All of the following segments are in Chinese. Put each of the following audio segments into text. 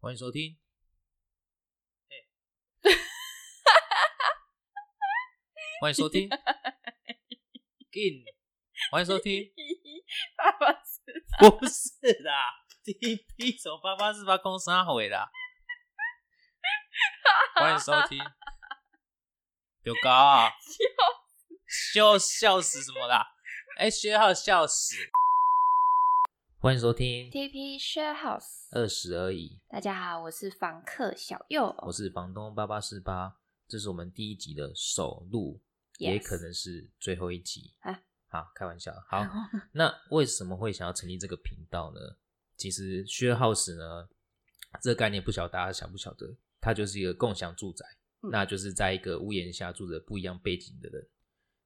欢迎收听。哎 欢迎收 听。进，欢迎收听。爸爸是 不是啦，第一批从八八四八公三回啦。 欢迎收听。有高啊， 笑笑死什么啦？哎、薛浩笑死。欢迎收听 TP Share House。二十而已。大家好，我是房客小右。我是房东八八四八，这是我们第一集的首录 Yes 也可能是最后一集啊。好，开玩笑。 好，那为什么会想要成立这个频道呢？其实 share house 呢，这个概念不晓得大家晓不晓得，它就是一个共享住宅，嗯那就是在一个屋檐下住着不一样背景的人。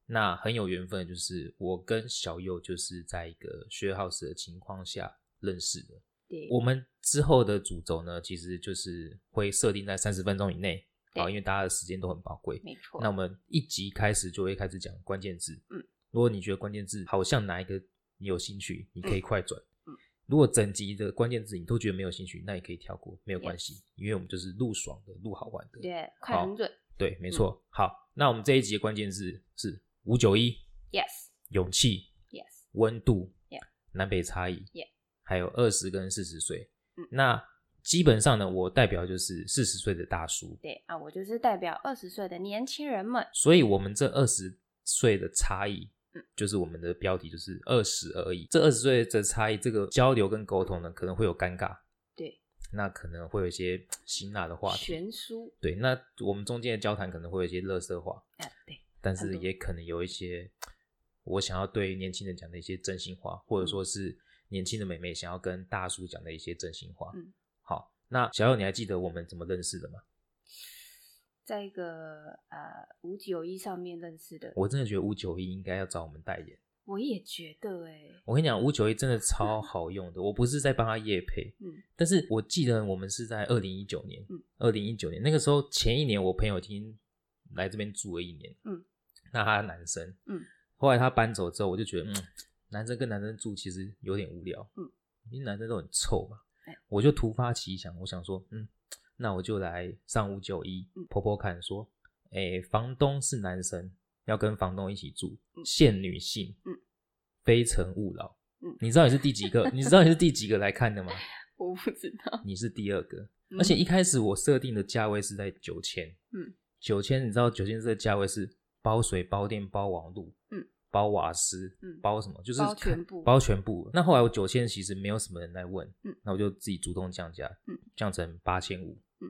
那很有缘分，就是我跟小右就是在一个 share house 的情况下认识的。对，我们之后的主轴呢，其实就是会设定在三十分钟以内，对好，因为大家的时间都很宝贵。没错。那我们一集开始就会开始讲关键字。嗯，如果你觉得关键字好像哪一个你有兴趣，你可以快转。嗯如果整集的关键字你都觉得没有兴趣，那也可以跳过，没有关系因为我们就是录爽的，录好玩的。对，嗯快很准。对，没错。好，那我们这一集的关键字是五九一、 Yes, 勇气、 yes。温度 Yeah. 南北差异 Yeah. 还有二十跟四十岁。嗯那基本上呢，我代表就是四十岁的大叔，对啊，我就是代表二十岁的年轻人们。所以我们这二十岁的差异嗯，就是我们的标题就是二十而已。这二十岁的差异，这个交流跟沟通呢，可能会有尴尬，对，那可能会有一些嘖辛辣的话题。悬殊。对，那我们中间的交谈可能会有一些乐色话，啊，对，但很是多也可能有一些我想要对年轻人讲的一些真心话，或者说是年轻的妹妹想要跟大叔讲的一些真心话。嗯，好，那小友你还记得我们怎么认识的吗？在一个呃五九一上面认识的，我我真的觉得五九一应该要找我们代言。也觉得哎，我跟你讲，五九一真的超好用的，我不是在帮他夜配，嗯，但是我记得我们是在二零一九年嗯，二零一九年那个时候，前一年我朋友已经来这边住了一年，嗯，那他男生，嗯，后来他搬走之后，我就觉得，嗯，男生跟男生住其实有点无聊，嗯，因为男生都很臭嘛哎，我就突发奇想，我想说，嗯，那我就来上五九一嗯婆婆看说，哎，房东是男生，要跟房东一起住，嗯限女性，嗯，非诚勿扰。嗯你知道你是第几个？你知道你是第几个来看的吗？我不知道。你是第二个，嗯而且一开始我设定的价位是在九千，嗯，九千，你知道九千这个价位是包水、包电、包网路，嗯，包瓦斯，嗯包什么，就是包看全部包全部。那后来我九千其实没有什么人来问，嗯，那我就自己主动降价，嗯，降成八千五，嗯，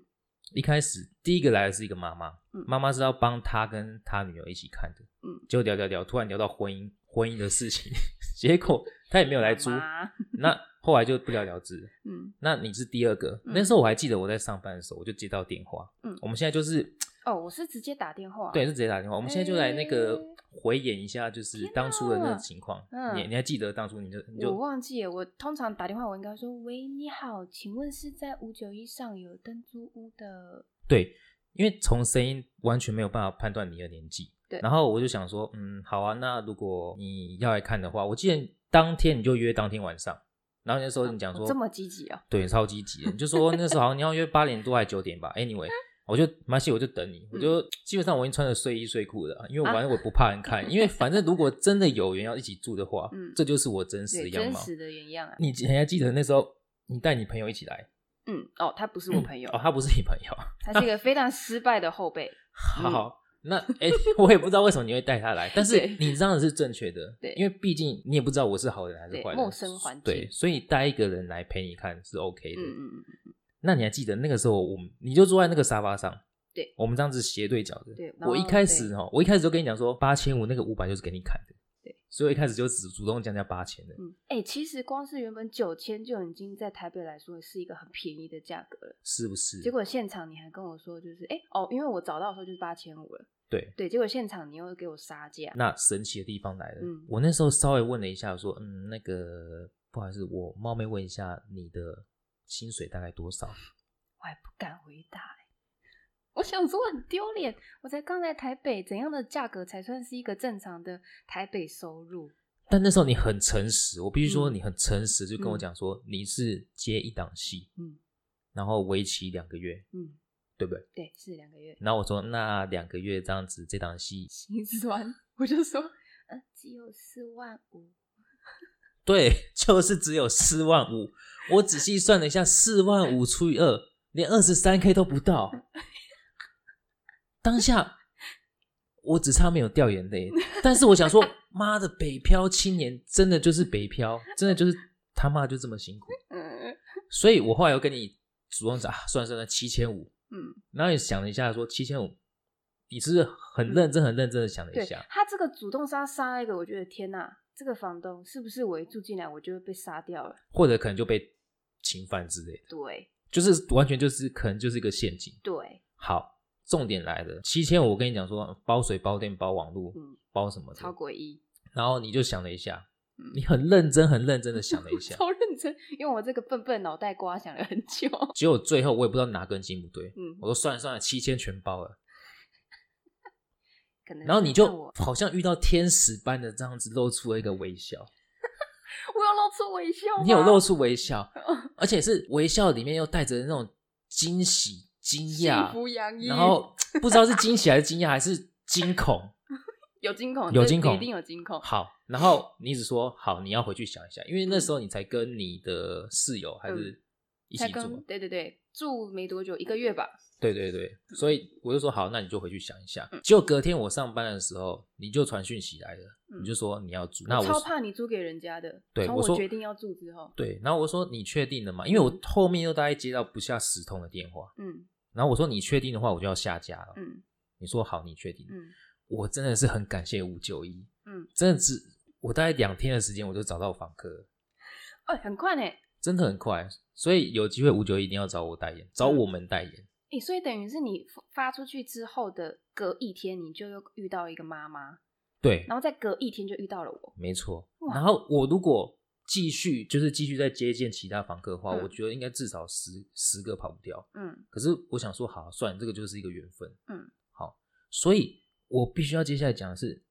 一开始第一个来的是一个妈妈嗯，妈妈是要帮她跟她女儿一起看的，嗯，结果聊聊聊，突然聊到婚姻婚姻的事情， 结果她也没有来租，妈妈那后来就不了了之了。啊嗯，那你是第二个。嗯那时候我还记得我在上班的时候，我就接到电话。嗯我们现在就是哦，我是直接打电话。啊对，是直接打电话。我们现在就来那个哎回演一下，就是天哪当初的那个情况。嗯你你还记得当初你就你我就忘记了，我通常打电话，我应该说：“喂，你好，请问是在五九一上有登租屋的对，因为从声音完全没有办法判断你的年纪。对然后我就想说，嗯，好啊，那如果你要来看的话，我记得当天你就约当天晚上。然后那时候你讲说、哦这么积极哦，对，超积极的。你就说那时候好像你要约八点多还是九点吧？Anyway，我就没关系，我就等你。我就基本上我已经穿着睡衣睡裤了啊，因为我嗯啊反正我不怕人看，因为反正如果真的有缘要一起住的话，嗯这就是我真实的对，样真貌。实的原样啊。你你还记得那时候你带你朋友一起来？嗯，哦，他不是我朋友，哦，他不是你朋友。 他是一个非常失败的后 辈。好，那哎、我也不知道为什么你会带他来，但是嗯对你这样是正确的， 对因为毕竟你也不知道我是好人还是对坏人，陌生环境对，所以带一个人来陪你看是 OK 的。嗯嗯嗯，那你还记得那个时候，我们你就坐在那个沙发上，对，我们这样子斜对角的。对然后我一开始哦，我一开始就跟你讲说八千五那个五百就是给你砍的，对，所以我一开始就只主动降价八千的，嗯，哎、其实光是原本九千就已经在台北来说是一个很便宜的价格了，是不是？结果现场你还跟我说就是，哎、哦，因为我找到的时候就是八千五了，对，对，结果现场你又给我杀价，那神奇的地方来了，嗯我那时候稍微问了一下，说，嗯，那个不好意思，我冒昧问一下，你的薪水大概多少？我还不敢回答、欸。我想说很丢脸，我才刚来台北，怎样的价格才算是一个正常的台北收入？但那时候你很诚实，我必须说嗯你很诚实，就跟我嗯讲说你是接一档戏，嗯，然后为期两个月，嗯，对不对？对，是两个月。然后我说那两个月这样子，这档戏心酸，我就说，呃，只有四万五，对， 就是只有四万五。我仔细算了一下，四万五除以二，连二十三 K 都不到。当下我只差没有掉眼泪，但是我想说，妈的，北漂青年真的就是北漂，真的就是他妈就这么辛苦。嗯所以我后来又跟你主动找，啊算了算了，七千五。嗯，然后你想了一下说，七千五，你是不是很认真、很认真的想了一对下？他这个主动杀杀一个，我觉得天哪，这个房东是不是我一住进来我就会被杀掉了？或者可能就被侵犯之类的，对就是完全就是可能就是一个陷阱。对，好，重点来了，七千五，我跟你讲说，包水、包电、包网络、嗯，包什么超的，诡异，然后你就想了一下，嗯你很认真、很认真的想了 一下，超认真，用我这个笨笨脑袋瓜想了很久。结果最后我也不知道哪根筋不对，嗯，我说算了算了，七千全包了。可能然后你是看就我，好像遇到天使般的这样子，露出了一个微笑。我有露出微笑吗，你有露出微 笑，而且是微笑里面又带着那种惊喜、惊幸讶，福洋溢，然后嗯不知道是惊喜还是惊讶还是惊恐。有惊恐，有这惊恐一定有惊恐，好，然后你只说好，你要回去想一下，因为那时候你才跟你的室友还是一嗯才起住跟嘛，对对对，住没多久，一个月吧，对对对，嗯所以我就说好，那你就回去想一下。结果隔天我上班的时候，你就传讯息来了，嗯你就说你要住，那超我怕你租给人家的。对从我说决定要住之后，对，然后我说你确定了吗？因为我后面又大概接到不下十通的电话，嗯然后我说你确定的话，我就要下架了。嗯你说好，你确定？嗯我真的是很感谢五九一，嗯，真的只我大概两天的时间我就找到房客了，哎、很快呢，哎、真的很快。所以有机会五九一一定要找我代言，找嗯我们代言。所以等于是你发发出去之后的隔一天，你就又遇到一个妈妈，对，然后再隔一天就遇到了我。没错哦哇。然后我如果继续就是继续再接见其他房客的话，嗯我觉得应该至少十十个跑不掉。嗯可是我想说，好，啊算了这个就是一个缘分。嗯，好，所以我必须要接下来讲的是，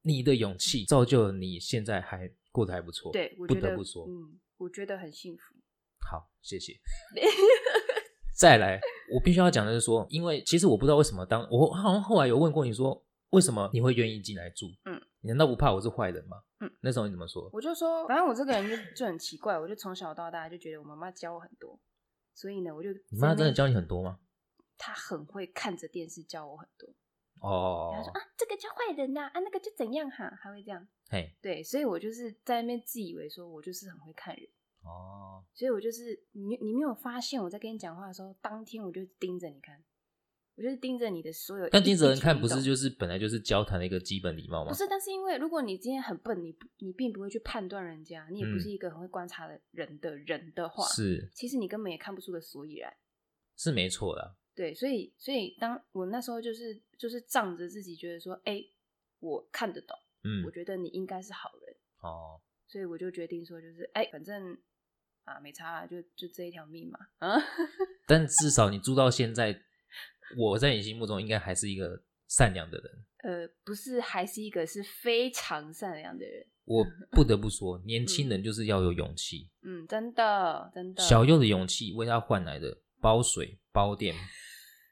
你的勇气造就了你现在还过得还不错。对，我不觉得得不说，嗯，我觉得很幸福。好，谢谢。 再来，我必须要讲的是说，因为其实我不知道为什么当，我好像后来有问过你说，为什么你会愿意进来住？嗯，你难道不怕我是坏人吗？嗯，那时候你怎么说？我就说，反正我这个人就就很奇怪，我就从小到大就觉得我妈妈教我很多，所以呢，我就你妈真的在那边，教你很多吗？她很会看着电视教我很多。哦她，说啊，这个叫坏人呐、啊，那个就怎样哈、还会这样。嘿，对，所以我就是在那边自以为说我就是很会看人，哦，所以我就是你你没有发现我在跟你讲话的时候，当天我就盯着你看，我就是盯着你的所有。但盯着人看，不是是就是本来就是交谈的一个基本礼貌吗不？是？但是因为如果你今天很笨，你不你并不会去判断人家，你也不嗯是一个很会观察的人的人的话，是其实你根本也看不出个所以然。是没错的，对，所以所以当我那时候就是就是仗着自己觉得说，哎、我看得懂，嗯我，觉得你应该是好人。哦，所以我就决定说，就是哎、反正啊没差啦，就就这一条命嘛，啊， 但至少你住到现在，我在你心目中应该还是一个善良的人。呃，不是，还是一个是非常善良的人，我不得不 说，年轻人就是要有勇气。嗯，真的真的，小右的勇气为他换来的包水、包电、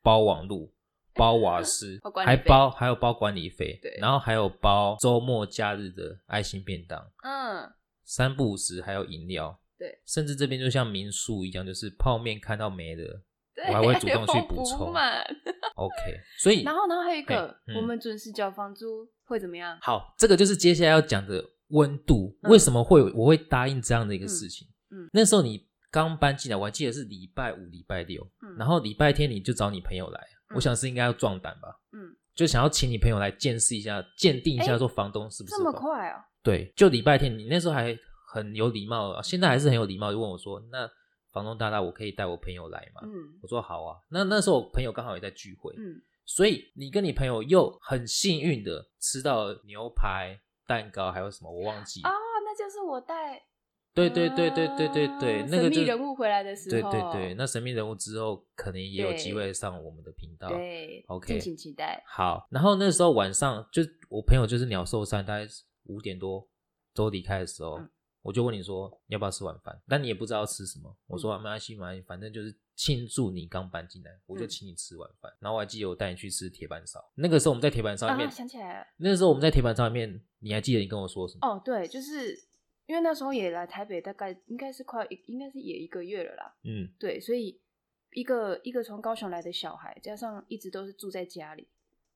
包网路、包瓦斯 包，管理还费包还有包管理费对，然后还有包周末假日的爱心便当，嗯，三不五时还有饮料，对，甚至这边就像民宿一样，就是泡面看到没了对我还会主动去我补充 满，OK，所以然后呢，还有一个，嘿嗯我们准时缴房租会怎么样？好，这个就是接下来要讲的温度，嗯为什么会我会答应这样的一个事情？嗯嗯那时候你刚搬进来，我还记得是礼拜五、礼拜六，嗯然后礼拜天你就找你朋友来，嗯我想是应该要壮胆吧，嗯，就想要请你朋友来见识一下、鉴定一下，说房东是不是啊这么房？快哦，对，就礼拜天，你那时候还很有礼貌，现在还是很有礼貌，就问我说：“那房东大大，我可以带我朋友来吗？”嗯我说：“好啊。”那那时候我朋友刚好也在聚会，嗯所以你跟你朋友又很幸运的吃到牛排、蛋糕，还有什么我忘记。啊，那就是我带对对对对对对对，啊那个神秘就人物回来的时候对对对，那神秘人物之后可能也有机会上我们的频道。对 OK 敬请期待，好，然后那时候晚上就我朋友就是鸟兽散，大概五点多都离开的时候，嗯嗯啊我就问你说要不要吃晚饭，但你也不知道吃什么。我说、没关系，没关系，反正就是庆祝你刚搬进来，我就嗯请你吃晚饭。然后我还记得我带你去吃铁板烧，那个时候我们在铁板烧里面，啊，想起来了，那时候我们在铁板烧里面，你还记得你跟我说什么？哦，对，就是因为那时候也来台北，大概应该是快一，应该是也一个月了啦。嗯，对，所以一个一个从高雄来的小孩，加上一直都是住在家里，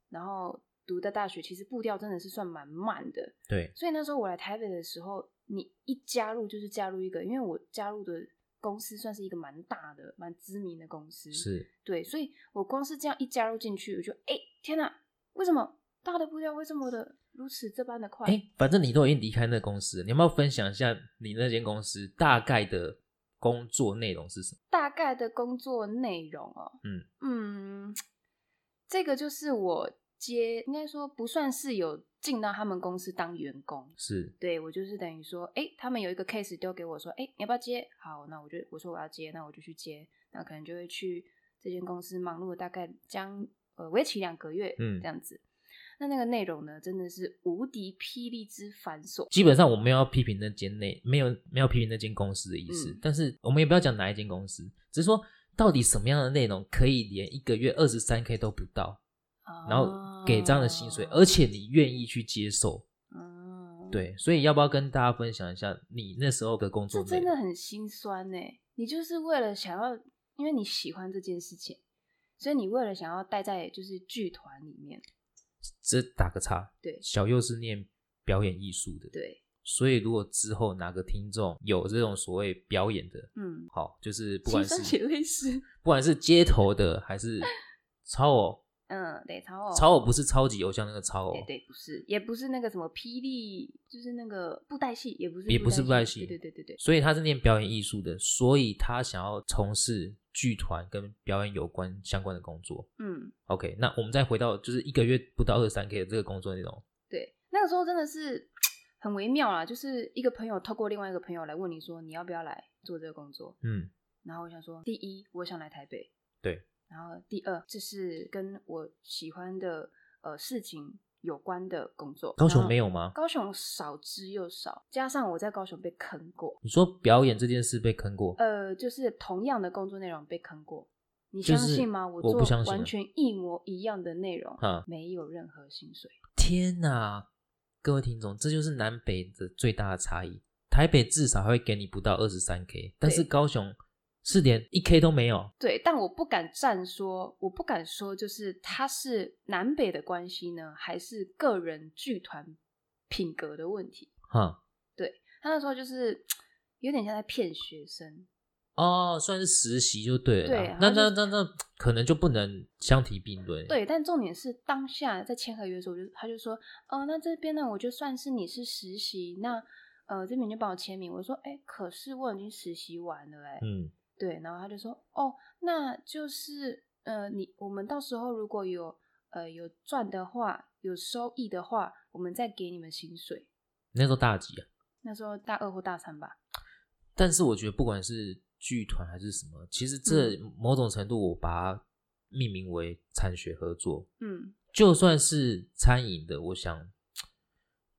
然后读的大学，其实步调真的是算蛮慢的。对，所以那时候我来台北的时候，你一加入就是加入一个，因为我加入的公司算是一个蛮大的、蛮知名的公司，是，对，所以我光是这样一加入进去，我就哎、天哪、为什么大的步调会这么的如此这般的快？哎、反正你都已经离开那个公司了，你要不要分享一下你那间公司大概的工作内容是什么？大概的工作内容哦，嗯嗯这个就是我接，应该说不算是有进到他们公司当员工，是，对我就是等于说，哎、他们有一个 case 丢给我说，哎、你要不要接？好，那我就我说我要接，那我就去接，那可能就会去这间公司忙碌了大概将呃为期两个月，嗯这样子。那那个内容呢，真的是无敌霹雳之繁琐，基本上我们要批评那间内没有没有批评那间公司的意思，嗯但是我们也不要讲哪一间公司，只是说到底什么样的内容可以连一个月二十三 k 都不到，然后给这样的薪水，啊而且你愿意去接受，嗯，对，所以要不要跟大家分享一下你那时候的工这作内真的容？很心酸呢、你就是为了想要，因为你喜欢这件事情，所以你为了想要待在就是剧团里面，这打个叉，对小右是念表演艺术的，对，所以如果之后哪个听众有这种所谓表演的，嗯，好，就是不心管酸血是泪史，不管是街头的还是 超偶，嗯，对，超偶，超偶不是超级偶像那个超偶对，对，不是，也不是那个什么霹雳，就是那个布袋戏，也不是，也不是布袋戏对对对对对，所以他是念表演艺术的，所以他想要从事剧团跟表演有关相关的工作。嗯， OK，那我们再回到就是一个月不到二三 K 的这个工作内容，对，那个时候真的是很微妙啦，就是一个朋友透过另外一个朋友来问你说你要不要来做这个工作，嗯，然后我想说，第一，我想来台北，对。然后第二，这是跟我喜欢的呃事情有关的工作。高然雄后没有吗？高雄少之又少，加上我在高雄被坑过，你说表演这件事被坑过，呃，就是同样的工作内容被坑过。你就相是信吗？我做不相信啊完全一模一样的内容，哈没有任何薪水。天哪！各位听众，这就是南北的最大的差异。台北至少还会给你不到二十三 K，但是高雄是连一 K 都没有。对，但我不敢站说，我不敢说，就是它是南北的关系呢，还是个人剧团品格的问题？哈他那时候就是有点像在骗学生，哦，算是实习就对了啦。对啊那就那那那可能就不能相提并论。对。但重点是当下在签合约的时候，我就他就说，哦，那这边呢，我就算是你是实习，那呃这边你就帮我签名。我说，哎，可是我已经实习完了、欸，哎、嗯，对。然后他就说，哦，那就是呃你我们到时候如果有呃有赚的话，有收益的话，我们再给你们薪水。那时候大几啊？那时候大二或大三吧，但是我觉得不管是剧团还是什么，其实这嗯某种程度我把它命名为产学合作。嗯，就算是餐饮的，我想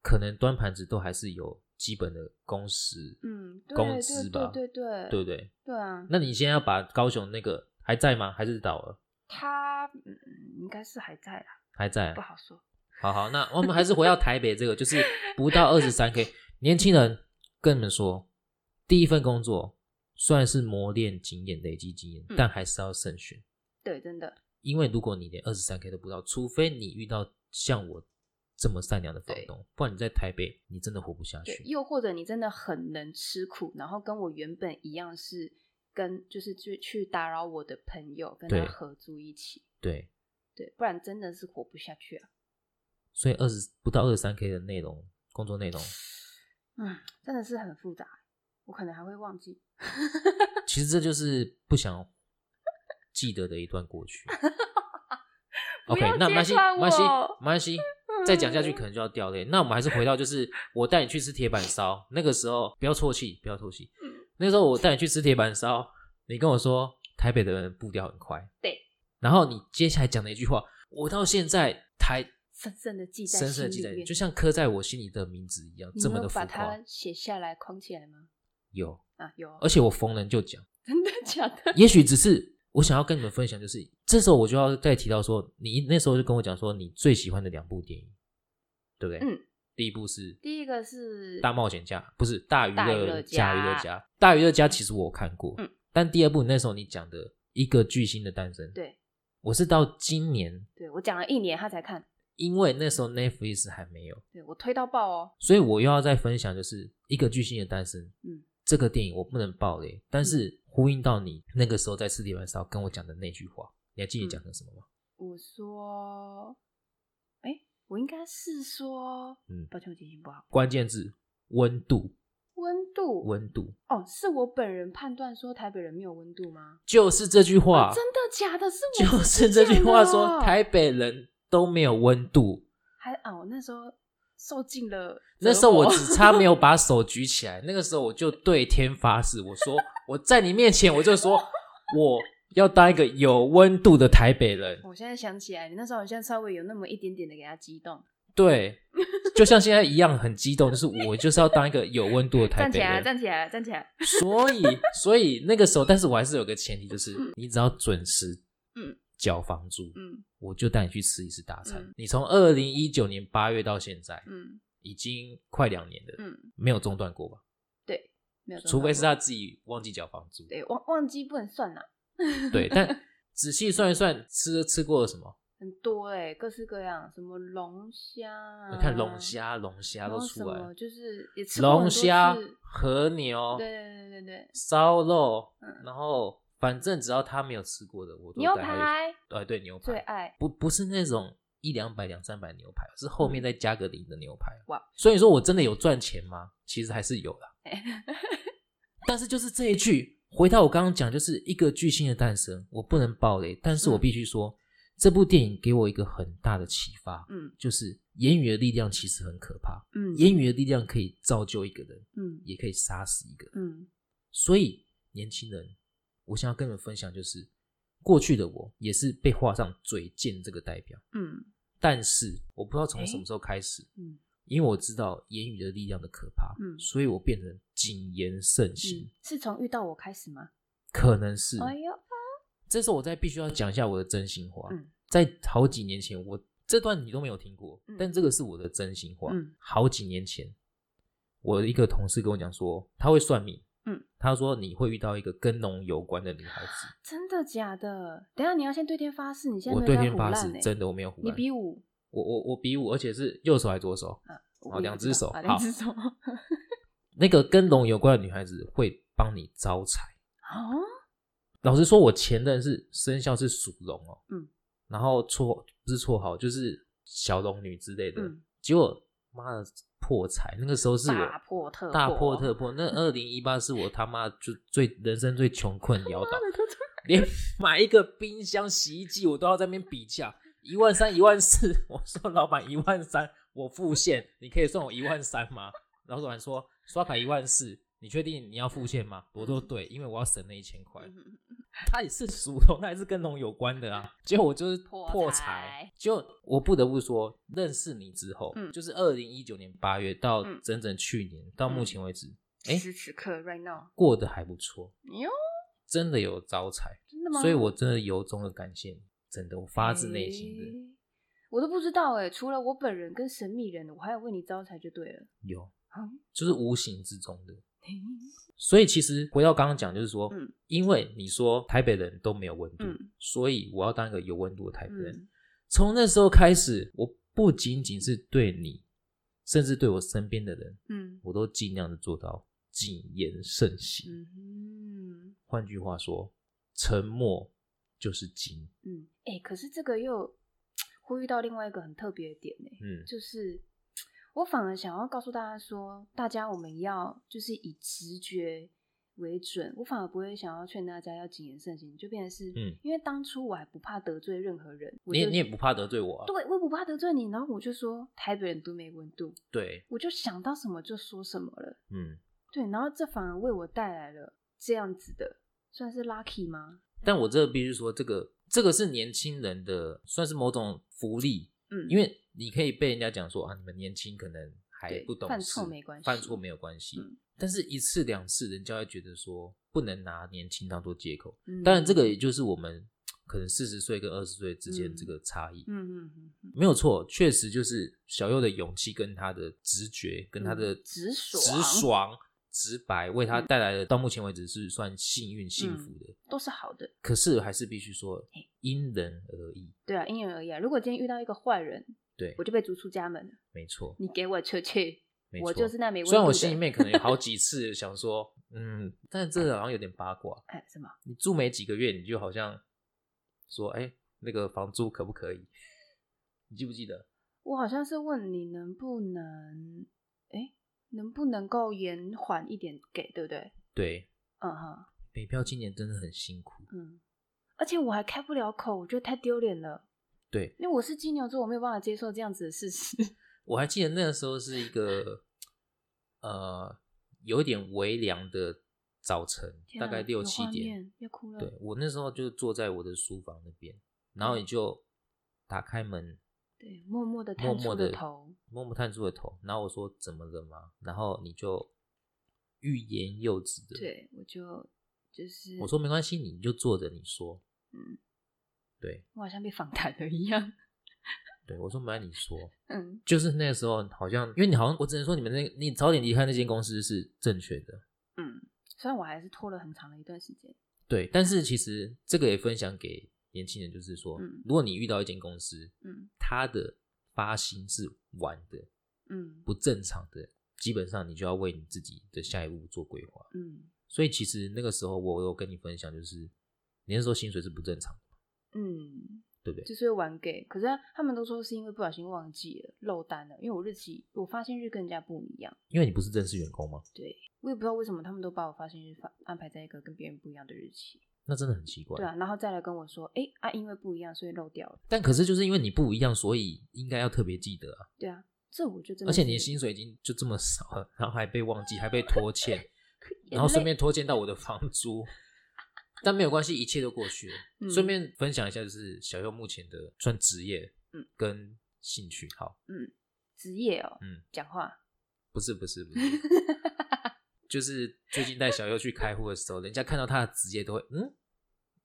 可能端盘子都还是有基本的工时，嗯对工对资对吧，对对对不对？对啊，那你现在要把高雄那个还在吗？还是倒了？他嗯应该是还在啦，还在不啊。好说。好好，那我们还是回到台北这个，就是不到二十三 K，年轻人跟你们说，第一份工作虽然是磨练经验、累积经验，嗯但还是要慎选。对，真的，因为如果你连二十三 K 都不到，除非你遇到像我这么善良的房东，不然你在台北你真的活不下对，去。又或者你真的很能吃苦，然后跟我原本一样是跟就是去去打扰我的朋友，跟他对合租一起，对，对，不然真的是活不下去啊。所以二十不到二十三 K 的内容，工作内容，嗯，真的是很复杂，我可能还会忘记。其实这就是不想记得的一段过去。 不 OK，要那没关系，揭穿没关系，我没关 系。再讲下去可能就要掉泪。那我们还是回到，就是我带你去吃铁板烧，那个时候不要啜泣，不要啜泣。嗯那时候我带你去吃铁板烧，你跟我说台北的人步调很快，对。然后你接下来讲的一句话，我到现在台深深的记在深深地记心里在，面就像刻在我心里的名字一样，你这有么没的有浮把夸它。写下来框起来吗？有，啊，有哦，而且我逢人就讲，真的假的？也许只是我想要跟你们分享，就是这时候我就要再提到说，你那时候就跟我讲说你最喜欢的两部电影，对不对？嗯，第一部是第一个是大冒险家，不是大娱大娱乐乐家家娱乐家，大娱乐家其实我有看过，嗯，但第二部那时候你讲的一个巨星的诞生，对我是到今年，对，我讲了一年他才看，因为那时候 Netflix 还没有，对我推到爆哦，所以我又要再分享，就是一个巨星的诞生，嗯，这个电影我不能爆雷，但是呼应到你那个时候在四点半烧跟我讲的那句话，你还记得你嗯讲的什么吗？我说，哎，我应该是说，嗯抱歉，我记性不好，关键字温度，温度温度哦，是我本人判断说台北人没有温度吗？就是这句话，啊真的假的？是我就是这句话真的说哦台北人都没有温度。还啊，我那时候受尽了折磨，那时候我只差 没有把手举起来，那个时候我就对天发誓，我说我在你面前，我就说我要当一个有温度的台北人。我现在想起来，你那时候好像稍微有那么一点点的给他激动，对，就像现在一样很激动，就是我就是要当一个有温度的台站北起来，啊人。站起来，站起来，所以，所以那个时候，但是我还是有个前提，就是你只要准时，嗯，缴房租，嗯我就带你去吃一次大餐。嗯你从二零一九年八月到现在，嗯已经快两年了，嗯，没有中断过吧？对，没有，除非是他，自己忘记缴房租。对，忘忘记不能算啦， 对，但仔细算一算，吃吃过了什么？很多哎、各式各样，什么龙虾、啊，你看龙，虾，龙虾然都后出什来么了，就是也吃过很龙多虾次、和牛对、对对对对，烧肉，嗯然后反正只要他没有吃过的，我都牛带他去。排呃，对，牛最排，爱， 不不是那种一两百、两三百牛排，是后面再加个零的牛排。嗯啊哇！所以说我真的有赚钱吗？其实还是有啦。但是就是这一句，回到我刚刚讲，就是一个巨星的诞生，我不能爆雷，但是我必须说，这部电影给我一个很大的启发，嗯就是言语的力量其实很可怕，嗯言语的力量可以造就一个人，嗯也可以杀死一个人。嗯所以年轻人，我想要跟你们分享，就是过去的我也是被画上嘴贱这个代表，嗯但是我不知道从诶什么时候开始，嗯因为我知道言语的力量的可怕，嗯所以我变成谨言慎行，嗯，是从遇到我开始吗？可能是。哎呦，这时候我再必须要讲一下我的真心话，嗯在好几年前，我这段你都没有听过，嗯但这个是我的真心话。嗯好几年前，我的一个同事跟我讲说，他会算命，嗯，他说你会遇到一个跟农有关的女孩子，真的假的？等一下你要先对天发誓，你现在我没有对在天胡发乱誓，欸真的我没有胡你乱，比武，我我我比武，而且是右手还是左手？啊，哦两只手好啊两只手， 那个跟农有关的女孩子会帮你招财。啊，老实说，我前任是生肖是属龙哦，嗯，然后绰不是绰号就是小龙女之类的，嗯结果妈的破财，那个时候是我大破特破大破特破，那二零一八是我他妈就最人生最穷困潦倒， 连买一个冰箱、洗衣机我都要在那边比价，一万三、一万四， 我说老板一万三，我付现，你可以算我一万三吗？然后老板说刷卡一万四，你确定你要付现吗？我说对，因为我要省那一千块。嗯他也是属龙，他也是跟龙有关的啊。结果我就是破破财财，就我不得不说，认识你之后，嗯就是二零一九年八月到嗯整整去年、到目前为止，诶此时此刻 right now，过得还不错，哟，真的有招财，真的吗？所以我真的由衷的感谢你，真的，我发自内心的、诶我都不知道哎，除了我本人跟神秘人，我还有为你招财就对 了。有，嗯就是无形之中的。所以其实回到刚刚讲，就是说，嗯因为你说台北人都没有温度，嗯所以我要当一个有温度的台北人。嗯从那时候开始，我不仅仅是对你，甚至对我身边的人，嗯我都尽量的做到谨言慎行。嗯换句话说，沉默就是金。嗯，哎，可是这个又呼吁到另外一个很特别的点呢，嗯，就是我反而想要告诉大家说，大家我们要就是以直觉为准，我反而不会想要劝大家要谨言慎行，就变成是，嗯因为当初我还不怕得罪任何人，我你也就你也不怕得罪我啊？对，我不怕得罪你，然后我就说台北人都没温度，对，我就想到什么就说什么了，嗯。对，然后这反而为我带来了这样子的，算是 lucky 吗？但我这必须说，这个这个是年轻人的，算是某种福利，嗯，因为你可以被人家讲说啊，你们年轻可能还对不懂犯事错没关系犯错没有关系。嗯但是一次两次，人家会觉得说不能拿年轻当做借口。嗯当然，这个也就是我们可能四十岁跟二十岁之间这个差异，嗯嗯嗯嗯，没有错，确实就是小右的勇气跟他的直觉跟他的嗯直爽嗯直爽直白，为他带来的到目前为止是算幸运幸福的。都是好的。可是还是必须说嗯嘿，因人而异。对啊，因人而异啊。如果今天遇到一个坏人，对我，就被逐出家门了。没错，你给我出去，没错。我就是那没温度的。虽然我心里面可能有好 几次想说，嗯，但这好像有点八卦。哎什么，你住没几个月，你就好像说，哎、那个房租可不可以？ 你记不记得？我好像是问你能不能，哎，能不能够延缓一点给，对不对？对，嗯哼，北漂今年真的很辛苦。嗯。而且我还开不了口，我觉得太丢脸了。对因为我是金牛座，我没有办法接受这样子的事实。 我还记得那个时候是一个呃有一点微凉的早晨，天大啊概六有七画点。面要哭了。对我那时候就坐在我的书房那边，然嗯后你就打开门，对默默的默探默出的了头，，默默探出了头，然后我说怎么了吗？然后你就欲言又止的，，对我就就是我说没关系，你就坐着，你说，嗯，对我好像被访谈了一样。 对，我说没关系，你说，嗯，就是那个时候好像，因为你好像我只能说你们那你早点离开那间公司是正确的，嗯，虽然我还是拖了很长的一段时间，对，但是其实这个也分享给年轻人，就是说，嗯如果你遇到一间公司，嗯它的发薪是晚的，嗯不正常的，基本上你就要为你自己的下一步做规划。嗯所以其实那个时候我有跟你分享，就是你那时候薪水是不正常的，嗯，对不对？就是会晚给。可是他们都说是因为不小心忘记了漏单了，因为我日期我发现日跟人家不一样，因为你不是正式员工嘛，对我也不知道为什么他们都把我发现日发安排在一个跟别人不一样的日期。那真的很奇怪。对啊，然后再来跟我说，哎、啊，因为不一样所以漏掉了。但可是就是因为你不一样，所以应该要特别记得啊。对啊，这我就真的而是且眼你泪，的薪水已经就这么少了，然后还被忘记，还被拖 欠，然后顺便拖欠到我的房租。但没有关系，一切都过去了。嗯顺便分享一下，就是小右目前的算职业，嗯，跟兴趣。好，职业哦，嗯，讲话，不是不是不 是，就是最近带小优去开户的时候，人家看到他的职业都会，嗯，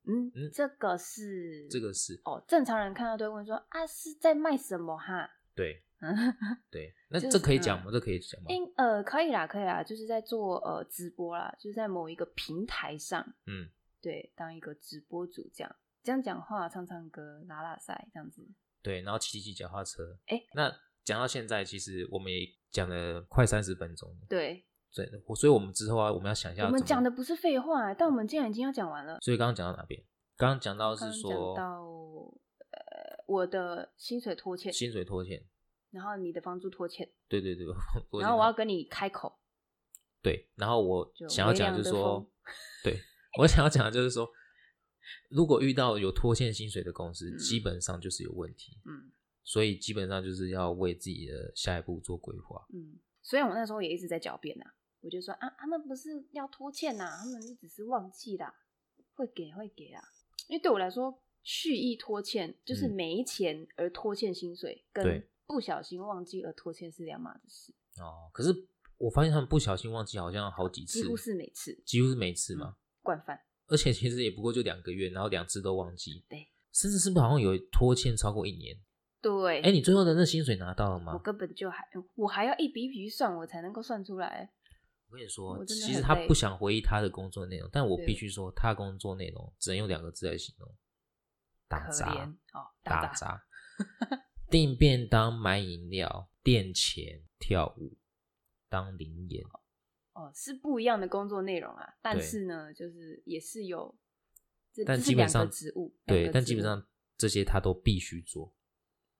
嗯，嗯这个是这个是哦，正常人看到都会问说啊是在卖什么哈？ 对嗯，对，那就是嗯这可以讲吗？这可以讲吗？因呃可以啦，可以啦，就是在做呃直播啦，就是在某一个平台上，嗯，对，当一个直播主这样，这样讲话，唱唱歌，拉拉赛这样子，对，然后骑骑骑脚踏车，哎那讲到现在，其实我们也讲了快三十分钟了，对，对，我所以我们之后啊，我们要想一下我们怎么讲的，不是废话、欸但我们竟然已经要讲完了，所以刚刚讲到哪边？刚刚讲到刚是刚说讲到呃我的薪水拖欠，薪水拖欠，然后你的房租拖欠，对对对，拖欠然后我要跟你开口，对，然后我就想要微讲凉就是的说风，对我想要讲的就是说，如果遇到有拖欠薪水的公司，嗯基本上就是有问题，嗯所以基本上就是要为自己的下一步做规划。嗯，虽然我那时候也一直在狡辩呐，我就说啊，他们不是要拖欠呐、他们就只是忘记啦，会给会给啊，因为对我来说，蓄意拖欠就是嗯没钱而拖欠薪水，跟对不小心忘记而拖欠是两码子事，哦，可是我发现他们不小心忘记，好像好几次，几乎是每嗯次几乎是每次嘛，惯犯，而且其实也不过就两个月，然后两次都忘记，对，甚至是不是好像有拖欠超过一年？对，哎，你最后的那薪水拿到了吗？我根本就还我还要一笔一笔去算，我才能够算出来，我跟你说，我真的其实很他累不想回忆他的工作内容，但我对必须说，他的工作内容只能用两个字来形容：打可怜杂、哦，打打杂， 杂。订便当、买饮料、垫钱、跳舞、当零演，哦，是不一样的工作内容啊，但对是呢，就是也是有，这但这是基本两上个职务，两对，个但职基本务上这些他都必须做。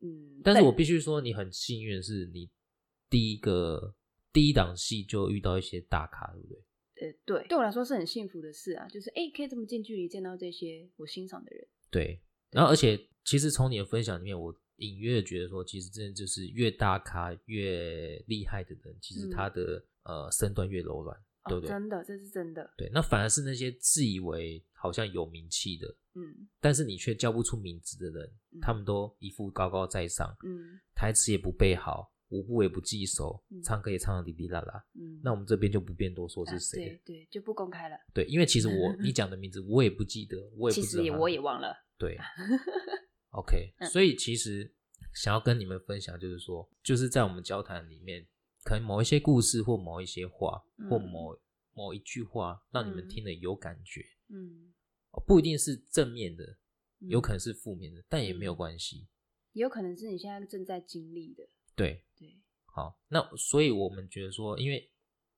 嗯，但是我必须说，你很幸运，是你第一个第一档戏就遇到一些大咖，对不对？呃，对，对我来说是很幸福的事啊，就是哎、诶可以这么近距离见到这些我欣赏的人，对，然后而且其实从你的分享里面，我隐约觉得说，其实真的就是越大咖越厉害的人，其嗯实他的、呃身段越柔软，哦，对不对？真的，这是真的，对，那反而是那些自以为好像有名气的，嗯但是你却叫不出名字的人，嗯他们都一副高高在上，嗯台词也不背好，舞步也不记熟，嗯唱歌也唱的哩哩啦啦。嗯，那我们这边就不便多说啊是谁了、对对，就不公开了。对，因为其实我你讲的名字我也不记得，我也嗯其不知道实也他我也忘了， 对，OK，嗯所以其实想要跟你们分享，就是说，就是在我们交谈里面，可能某一些故事或某一些话或嗯某某一句话，让你们嗯听了有感觉，嗯，哦不一定是正面的，嗯有可能是负面的，但也没有嗯关系。也有可能是你现在正在经历的，对，对，好，那所以我们觉得说，因为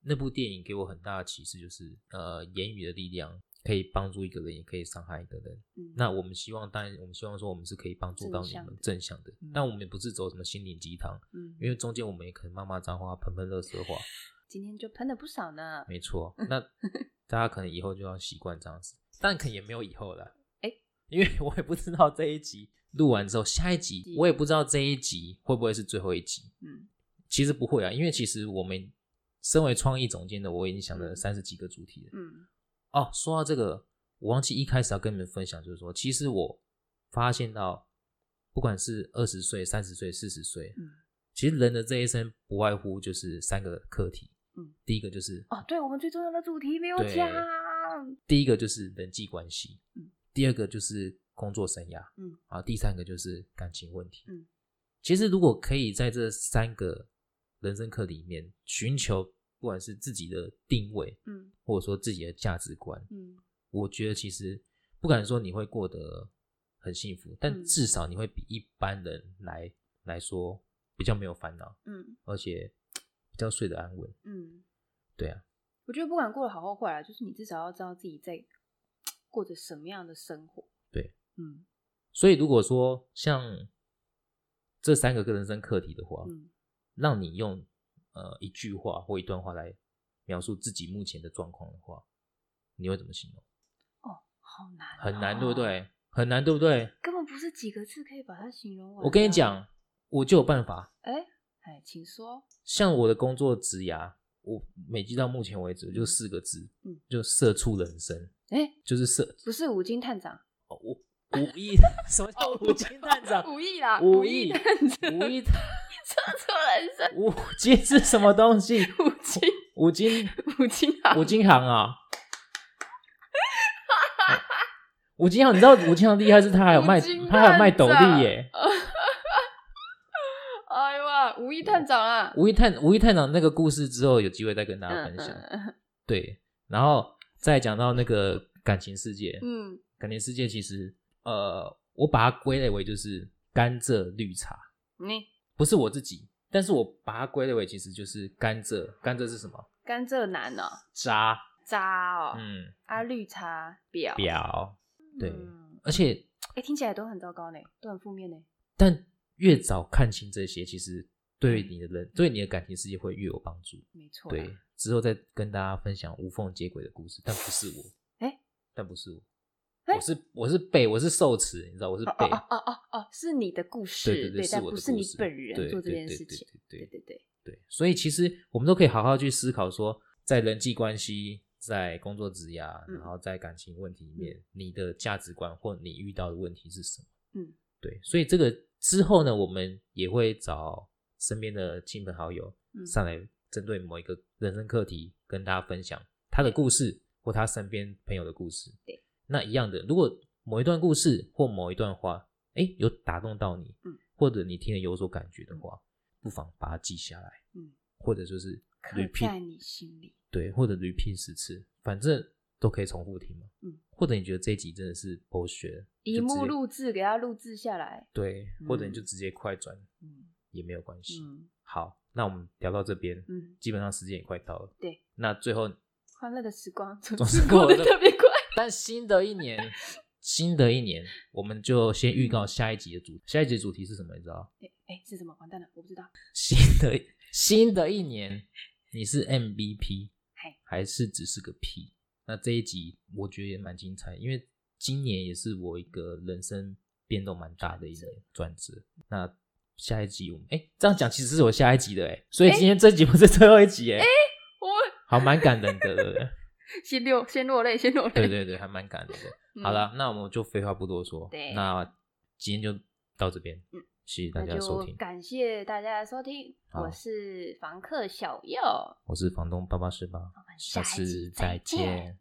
那部电影给我很大的启示，就是呃，言语的力量可以帮助一个人，也可以伤害一个人。嗯，那我们希望，当然，我们希望说，我们是可以帮助到你正向们的正向的，嗯但我们也不是走什么心灵鸡汤，嗯，因为中间我们也可能骂骂脏话、喷喷乐色话，今天就喷了不少呢。没错。嗯 那大家可能以后就要习惯这样子，但可能也没有以后了，哎 因为我也不知道这一集录完之后，下一集集我也不知道这一集会不会是最后一集。嗯其实不会啊，因为其实我们身为创意总监的，我已经想了嗯三十几个主题了。嗯哦，说到这个，我忘记一开始要跟你们分享，就是说，其实我发现到，不管是二十岁、三十岁、四十岁，嗯，其实人的这一生不外乎就是三个课题。嗯，第一个就是，哦，对，我们最重要的主题没有对讲，第一个就是人际关系，嗯，第二个就是工作生涯，嗯，然后第三个就是感情问题，嗯。其实如果可以在这三个人生课里面寻求，不管是自己的定位，嗯或者说自己的价值观，嗯我觉得其实不敢说你会过得很幸福，但嗯至少你会比一般人来来说比较没有烦恼，嗯而且比较睡得安稳。嗯，对啊，我觉得不管过得好或坏啊，就是你至少要知道自己在过着什么样的生活。对，嗯所以如果说像这三个个人生课题的话，嗯让你用呃一句话或一段话来描述自己目前的状况的话，你会怎么形容？哦，好难哦、很难，对不对？很难，对不对？根本不是几个字可以把它形容完。我跟你，讲，我就有办法。哎哎，请说。像我的工作职涯，我每季到目前为止就四个字，嗯就社畜人生，哎，就是社不是五金探长，哦 五五亿， 什么哦叫哦五金探长？五亿啦，五亿 亿探长，五亿探射错人生，五金是什么东西？五金五金五金啊，五金行啊！ 五金行，你知道五金行厉害是他还有卖五金，探他还有卖斗笠 耶。哎呦啊，五亿探长啊，五一啊探五一探长那个故事之后有机会再跟大家嗯分享。嗯对，然后再讲到那个感情世界，嗯感情世界其实，呃，我把它归类为就是甘蔗绿茶，嗯，你不是我自己，但是我把它归类为其实就是甘蔗。甘蔗是什么？甘蔗男哦，渣，渣哦，嗯，啊绿茶婊，表，对，嗯而且哎，听起来都很糟糕呢，都很负面呢，但越早看清这些，其实对你的人，对你的感情世界会越有帮助。没错，对，，之后再跟大家分享无缝接轨的故事，但不是我， 诶但不是我，诶我是我是背，我是受词，你知道我是哦背。哦哦哦哦，是你的故事，对对，但我不的是你故事本人对做这对件对事情，对对对对对对，对，所以其实我们都可以好好去思考说，在人际关系、在工作职涯，嗯然后在感情问题里面，你的价值观或你遇到的问题是什么？嗯，对，所以这个之后呢，我们也会找身边的亲朋好友嗯上来，针对某一个人生课题跟大家分享他的故事或他身边朋友的故事。对，那一样的，如果某一段故事或某一段话，哎，有打动到你，嗯，或者你听了有所感觉的话，不妨把它记下来，嗯，或者就是刻在 repeat 你心里，对，或者 repeat 十次，反正都可以重复听嘛，嗯，或者你觉得这一集真的是博学，一就直幕接录制给它录制下来，对，或者你就嗯直接快转嗯也没有关系。嗯好，那我们聊到这边，嗯，基本上时间也快到了，对，那最后欢乐的时 光总总是是过过得得特别快， 但新的一 年，新的一年，我们就先预告下一集的主题。下一集的主题是什么？你知道？哎哎是什么？完蛋了，我不知道，新的 新的一年，你是 MVP 嗨还是只是个屁？那这一集我觉得也蛮精彩，因为今年也是我一个人生变动蛮大的一年转折。那下一集我们哎、这样讲其实是我下一集的哎、所以今天这集不是最后一集哎、我好蛮感人的，对不对？先流先落泪，先落泪，对对对，还蛮感人的。嗯好了，那我们就废话不多说对，那今天就到这边嗯，谢谢大那家收就听，感谢大家的收听，好我是房客小右，我是房东八八四八，我们下一集次再见。